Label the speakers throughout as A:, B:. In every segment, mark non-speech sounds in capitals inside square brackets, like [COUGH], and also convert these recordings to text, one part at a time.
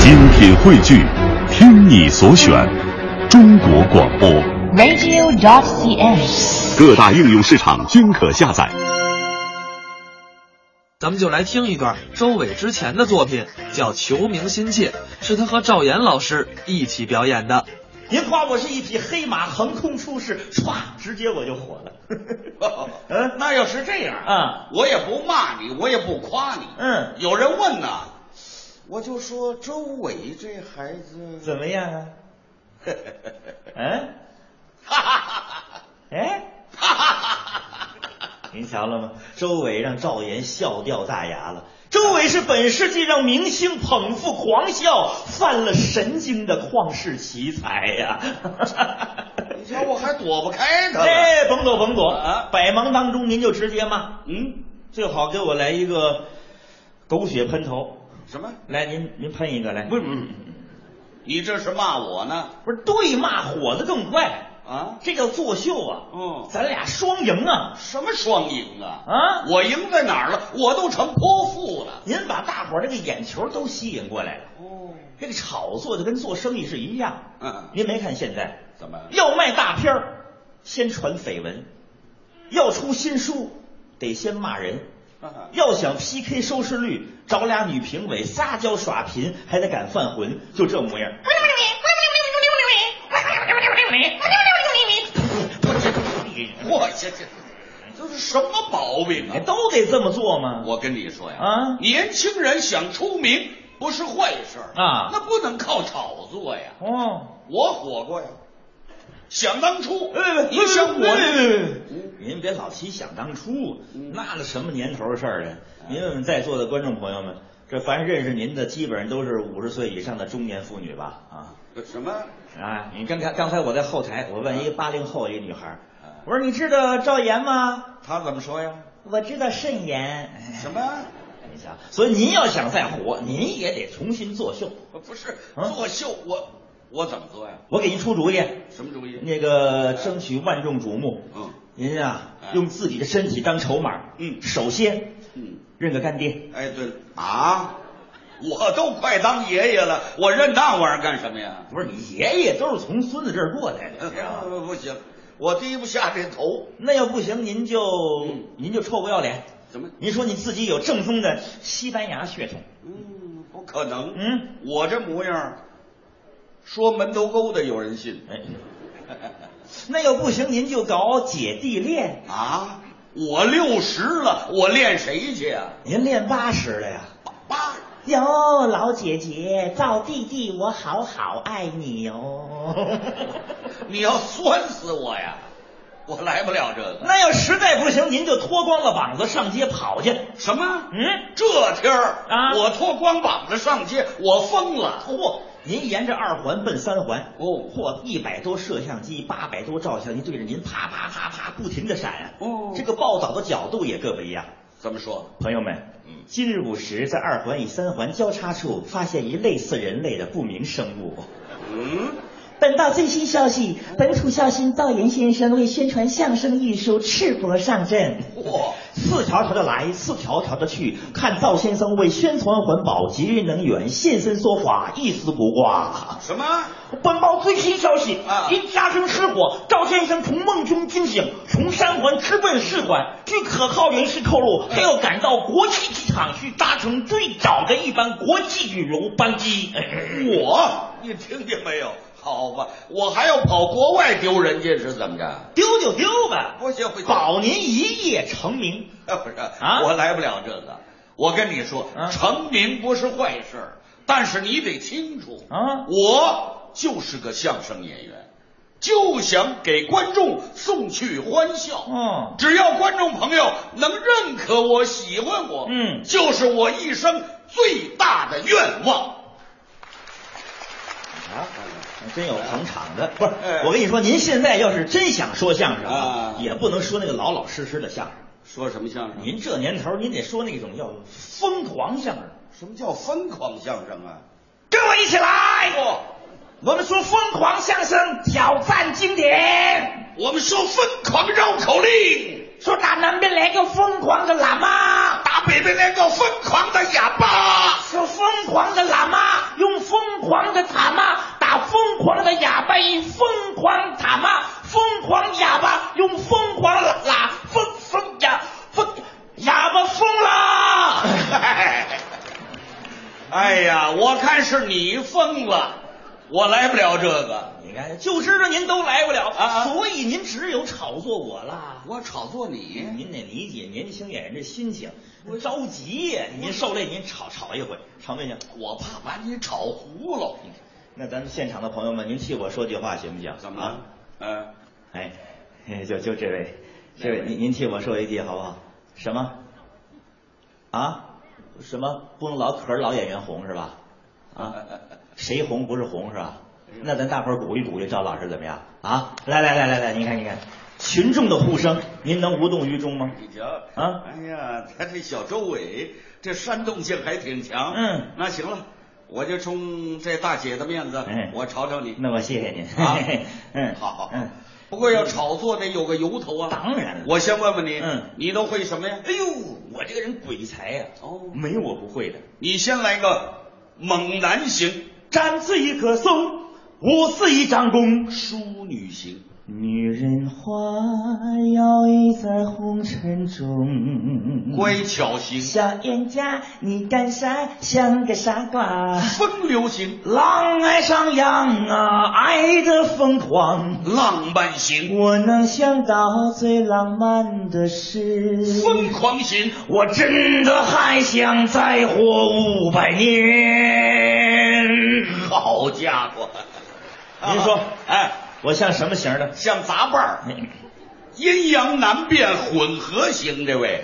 A: 精品汇聚，听你所选，中国广播。 [LAUGHS]
B: radio.cn。
A: 各大应用市场均可下载。
C: 咱们就来听一段周伟之前的作品，叫《求名心切》，是他和赵岩老师一起表演的。
D: 您夸我是一匹黑马，横空出世，唰，直接我就火了。
E: [LAUGHS]
D: 嗯
E: 那要是这样，
D: 啊，
E: 我也不骂你，我也不夸你。
D: 嗯
E: 有人问呐，我就说周伟这孩子
D: 怎么样啊？嗯，
E: 哈哈
D: 哎，
E: [LAUGHS] 哈哈哈！
D: 您瞧了吗？周伟让赵岩笑掉大牙了。周伟是本世纪让明星捧腹狂笑、犯了神经的旷世奇才呀、
E: [LAUGHS] 你瞧我还躲不开他了。
D: [LAUGHS] 哎，甭躲甭躲
E: 啊
D: 百忙当中您就直接骂，
E: 嗯，
D: 最好给我来一个狗血喷头。
E: 什么？
D: 来，您您喷一个来，
E: 不是不是，你这是骂我呢？
D: 不是对骂火的更快，
E: 啊？
D: 这叫作秀啊！
E: 嗯
D: 咱俩双赢啊！
E: 什么双赢啊？
D: 啊
E: 我赢在哪儿了？我都成泼妇了。
D: 您把大伙儿这个眼球都吸引过来了。
E: 哦，
D: 这个炒作就跟做生意是一样。
E: 嗯
D: 您没看现在
E: 怎么
D: 要卖大片儿，先传绯闻；要出新书，得先骂人。
E: 啊
D: 要想 PK 收视率，找俩女评委撒娇耍贫，还得敢犯浑，就这模样。
E: 嗯嚯，这这这是什么毛病啊？
D: 哎都得这么做吗？
E: 我跟你说呀，
D: 啊
E: 年轻人想出名不是坏事儿
D: 啊
E: 那不能靠炒作呀。
D: 哦，
E: 我火过呀，想当初，
D: 呃，
E: 你想我
D: 您别老提想当初，
E: 嗯
D: 那了什么年头的事儿了？您问问在座的观众朋友们，这凡认识您的，基本上都是五十岁以上的中年妇女吧？啊。
E: 什么？
D: 啊，你刚才刚才我在后台，我问一八零后一女孩儿
E: 啊，
D: 我说你知道赵岩吗？
E: 他怎么说呀？
D: 我知道慎言。哎
E: 什么？
D: 你想，所以您要想再火，您也得重新作秀。
E: 不是
D: 啊
E: 作秀，我我怎么做呀？
D: 我给您出主意，
E: 什么主意？
D: 那个争取万众瞩目。
E: 嗯，
D: 您啊
E: 哎，
D: 用自己的身体当筹码。
E: 嗯
D: 首先，
E: 嗯，
D: 认个干爹。
E: 哎，对了啊，我都快当爷爷了，我认那玩意儿干什么呀？
D: 不是你爷爷都是从孙子这儿过来的，知道吗？
E: 呃不行，我低不下这头。
D: 那要不行，您就、
E: 嗯
D: 您就臭不要脸。
E: 怎么
D: 您说你自己有正宗的西班牙血统，
E: 嗯，不可能。
D: 嗯，
E: 我这模样儿，说门头沟的有人信 [LAUGHS]
D: 哎，那要不行，您就搞姐弟恋，
E: 啊！我六十了，我练谁去啊？
D: 您练八十了呀。
E: 八八
D: 哟，老姐姐，赵弟弟，我好好爱你哟。 [LAUGHS]
E: 你要酸死我呀！我来不了这个。
D: 那要实在不行，您就脱光了膀子上街跑去。
E: 什么？
D: 嗯，
E: 这天儿
D: 啊
E: 我脱光膀子上街，我疯了。
D: 嚯，您沿着二环奔三环，
E: 哦
D: 嚯，一百多摄像机，八百多照相机对着您啪啪啪啪不停的闪啊。
E: 哦
D: 这个报道的角度也各不一样。
E: 怎么说？
D: 朋友们，
E: 嗯
D: 今日午时，在二环与三环交叉处发现一类似人类的不明生物。
E: 嗯，
F: 本报最新消息，本土孝星赵岩先生为宣传相声艺术赤膊上阵。
E: 嚯，
D: 四条条的来，四条条的去，看赵先生为宣传环保、节约能源现身说法，一丝不挂。
E: 什么？
D: 本报最新消息
E: 啊
D: 因家中失火，赵先生从梦中惊醒，从三环直奔四环。据可靠人士透露，他要赶到国际机场去搭乘最早的一班国际旅游班机。哎
E: 我，你听见没有？好吧，我还要跑国外丢人家是怎么着？
D: 丢就丢吧，
E: 不行不行
D: 保您一夜成名。
E: 哎不是 [LAUGHS]
D: 啊
E: 我来不了这个。我跟你说，
D: 啊
E: 成名不是坏事儿，但是你得清楚
D: 啊
E: 我就是个相声演员，就想给观众送去欢笑。
D: 哦
E: 只要观众朋友能认可我、喜欢我，
D: 嗯
E: 就是我一生最大的愿望。
D: 啊，真有捧场的。不是
E: 哎，
D: 我跟你说，您现在要是真想说相声
E: 啊
D: 也不能说那个老老实实的相声。
E: 说什么相声？啊
D: 您这年头儿，您得说那种叫疯狂相声。
E: 什么叫疯狂相声啊？
D: 跟我一起来！我们说疯狂相声，挑战经典，
E: 我们说疯狂绕口令，
D: 说打南边来个疯狂的喇嘛，
E: 打北边来个疯狂的哑巴。
D: 说疯狂的喇嘛用疯
E: 哎呀，我看是你疯了，我来不了这个。
D: 你看，就知道您都来不了，
E: 啊
D: 所以您只有炒作我了。
E: 我炒作你，
D: 您得理解年轻演员这心情，我着急呀！您受累，您炒炒一回，炒没行？
E: 我怕把你炒糊了。
D: 那咱们现场的朋友们，您替我说句话行不行？
E: 怎么
D: 啊
E: 了？嗯，
D: 哎， [LAUGHS] 哎就就这位，这
E: 哪
D: 位，
E: 位
D: 您您替我说一句好不好？什么？啊？什么？不能老可是老演员红是吧？啊？谁红不是红是吧？那咱大伙儿鼓励鼓励赵老师怎么样？啊？来来来来来，你看你看，群众的呼声，您能无动于衷吗？
E: 你瞧
D: 啊
E: 哎呀，他这小周伟这煽动性还挺强。
D: 嗯
E: 那行了，我就冲这大姐的面子，
D: 哎
E: 我炒炒你。
D: 那我谢谢您。
E: [LAUGHS] 啊
D: [LAUGHS] 嗯，
E: 好好好
D: 嗯，
E: 不过要炒作得有个由头啊。
D: 当然了
E: 我先问问你，
D: 嗯
E: 你都会什么呀？
D: 哎呦，我这个人鬼才呀、
E: 哦
D: 没有我不会的。
E: 你先来个猛男型、
D: 战是一棵松，我是一张弓。
E: 淑女型。
D: 女人花摇曳在红尘中，
E: 乖巧型、
F: 小冤家，你干啥像个傻瓜？
E: 风流型、
D: 狼爱上羊啊，爱的疯狂。
E: 浪漫型、
D: 我能想到最浪漫的事，
E: 疯狂型、
D: 我真的还想再活五百年。
E: 好家伙！
D: 您说
E: 哎，
D: 我像什么型的？
E: 像杂伴儿，阴阳难辨混合型，这位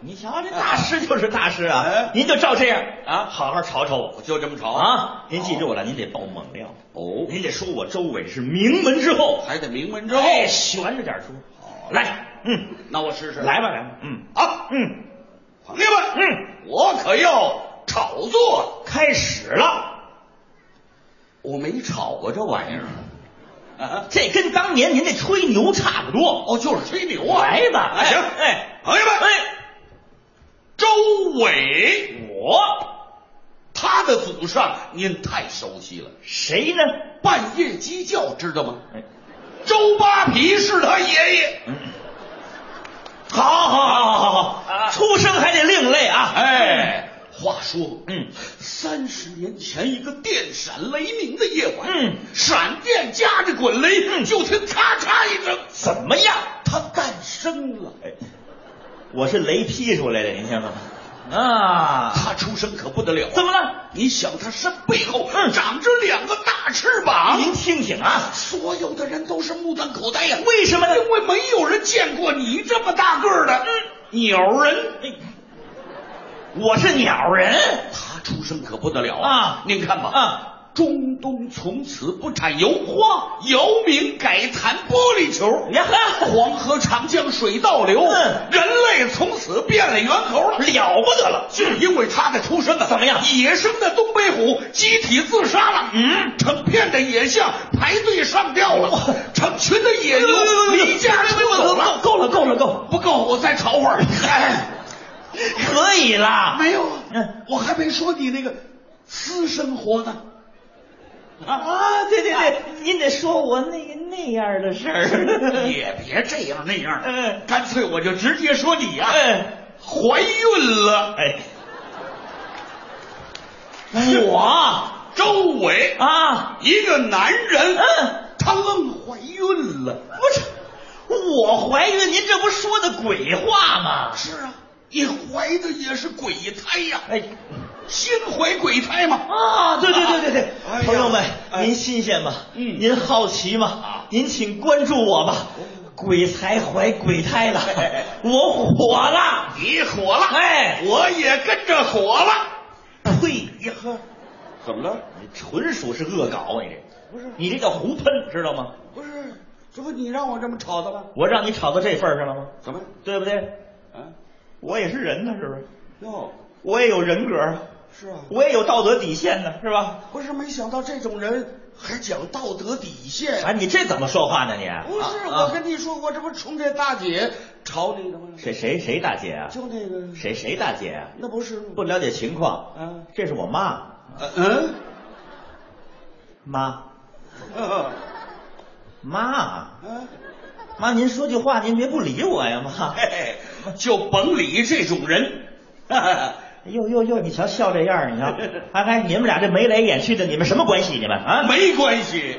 D: 你瞧，这大师就是大师啊
E: 哎！
D: 您就照这样
E: 啊
D: 好好炒炒我
E: 就这么炒
D: 啊！您记住了，您得爆猛料，
E: 哦，
D: 您得说我周伟是名门之后，
E: 还得明文之后，
D: 哎，悬着点说。
E: 好
D: 来，嗯，
E: 那我试试，
D: 来吧，来吧，嗯
E: 啊，
D: 嗯，
E: 朋友们，
D: 嗯，
E: 我可要炒作，
D: 开始了。
E: 我没炒过这玩意儿啊，
D: 这跟当年您那吹牛差不多。
E: 哦，就是吹牛啊，
D: 来吧，
E: 哎
D: 哎
E: 行，
D: 哎，
E: 朋友们，
D: 哎，
E: 周伟，
D: 我
E: 他的祖上您太熟悉了，
D: 谁呢？
E: 半夜鸡叫知道吗？
D: 哎
E: 周扒皮是他爷爷。
D: 嗯好好好好好好，出生还得另类啊！
E: 哎，话说，
D: 嗯
E: 三十年前一个电闪雷鸣的夜晚，
D: 嗯
E: 闪电夹着滚雷，就听咔嚓一声，
D: 怎么样？
E: 它诞生了。
D: 哎，我是雷劈出来的，您听到吗？啊，
E: 它出生可不得了、
D: 怎么？了？
E: 你想，它身背后
D: 嗯
E: 长着两个大翅膀。
D: 您听听啊，
E: 所有的人都是目瞪口呆呀、
D: 为什么呢
E: 因为没有人见过你这么大个儿的，嗯，鸟人。
D: 我是鸟人，
E: 他出生可不得了
D: 啊
E: 您看吧，
D: 啊，
E: 中东从此不产油，嚯，姚明改弹玻璃球，
D: 呀呵
E: 黄河、长江水倒流，
D: 嗯
E: 人类从此变了猿猴了，
D: 了不得了
E: 就因为他的出生啊，
D: 怎么样
E: 野生的东北虎集体自杀了，
D: 嗯
E: 成片的野象排队上吊了，成群的野牛离家出走了，
D: 够了，够了，够了，
E: 不够，我再炒会儿。哎
D: 可以啦。
E: 没有啊，
D: 嗯
E: 我还没说你那个私生活呢。
F: 啊，对对对，您得说我那个那样的事
D: [LAUGHS]
F: 儿。
E: 也别这样那样的，
D: 嗯
E: 干脆我就直接说你呀、
D: 哎
E: 怀孕了，
D: 哎，
E: 哎
D: 我
E: 周伟，
D: 啊，
E: 一个男人，
D: 嗯，
E: 他愣怀孕了，
D: 不是我怀孕，您这不说的鬼话吗？
E: 是啊，你怀的也是鬼胎呀、
D: 哎。
E: 心怀鬼胎嘛，
D: 啊，对对对对对，
E: 哎呀
D: 朋友们，
E: 哎
D: 您新鲜吗？
E: 嗯
D: 您好奇吗？
E: 啊
D: 您请关注我吧。鬼才怀鬼胎
E: [LAUGHS]
D: 了
E: 哎哎，
D: 我火了！
E: 你火了，
D: 哎
E: 我也跟着火了，
D: 呸！呀呵，
E: 怎么了？
D: 你哎纯属是恶搞，啊你这不是你这叫胡喷，知道吗？
E: 不是，这不你让我这么吵的吗？
D: 我让你吵到这份儿上了吗？
E: 怎么？
D: 对不对？
E: 啊，
D: 我也是人呢，是不是？
E: 哟，
D: 我也有人格啊，
E: 是啊
D: 我也有道德底线呢，是吧？
E: 不是没想到这种人还讲道德底线
D: 哎，你这怎么说话呢你？
E: 不是，
D: 啊
E: 我跟你说，我这不冲这大姐吵你的吗？
D: 谁谁谁大姐啊？
E: 就那个，
D: 谁谁大姐啊？
E: 那不是吗？
D: 不了解情况，
E: 嗯
D: 这是我妈，
E: 呃嗯，
D: 妈，
E: 呃
D: 妈，啊
E: 嗯
D: 妈，您说句
E: 哎
D: 话，您别不理我呀，妈。
E: 嘿嘿，就甭理这种人，
D: 哟哟哟，你瞧笑这样儿，你瞧，哎哎，你们俩这眉来眼去的，你们什么关系？你们啊，
E: 没关系，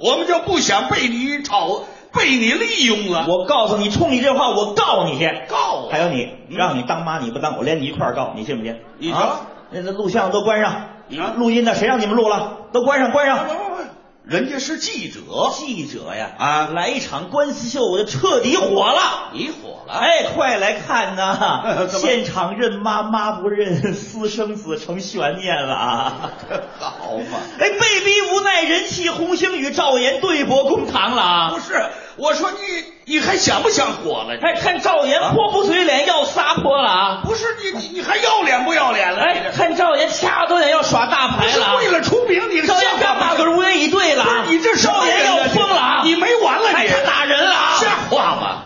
E: 我们就不想被你炒，被你利用了。
D: 我告诉你，冲你这话，我告你去，
E: 告我
D: 还有你，
E: 嗯
D: 让你当妈你不当，我连你一块儿告，你信不信？
E: 你瞧
D: 啊，那那录像都关上
E: 啊，
D: 录音的谁让你们录了？都关上，关上。
E: 不不不，人家是记者，
D: 记者呀，
E: 啊
D: 来一场官司秀，我就彻底火了。
E: 你火了。
D: 哎，快来看呐！
E: [LAUGHS] 怎么
D: 现场认妈，妈不认，私生子成悬念了
E: [LAUGHS]
D: 啊！
E: 好嘛
D: 哎，被逼无奈，人气红星与赵岩对簿公堂了
E: 不
D: 啊！
E: 是，我说你，你还想不想火了？
D: 哎，看赵岩泼不随脸要撒泼了啊！
E: 不是你，你你还要脸不要脸了？
D: 哎，看赵岩掐多点要耍大牌
E: 你这
D: 了啊！
E: 是为了出名，你
D: 赵岩干嘛都是无言以对了啊！
E: 不是你这什
D: 赵
E: 么
D: 岩
E: 人
D: 要
E: 啊
D: 疯了啊！
E: 你没完了
D: 哎
E: 你
D: 他打人了啊！
E: 像话吗？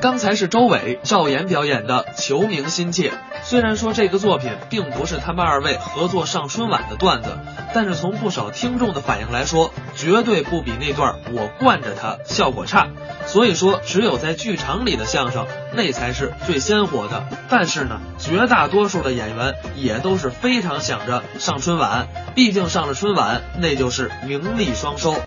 C: 刚才是周伟、赵岩表演的《求名心切》。虽然说这个作品并不是他们二位合作上春晚的段子，但是从不少听众的反应来说，绝对不比那段我惯着他效果差。所以说，只有在剧场里的相声，那才是最鲜活的。但是呢，绝大多数的演员也都是非常想着上春晚，毕竟上了春晚，那就是名利双收。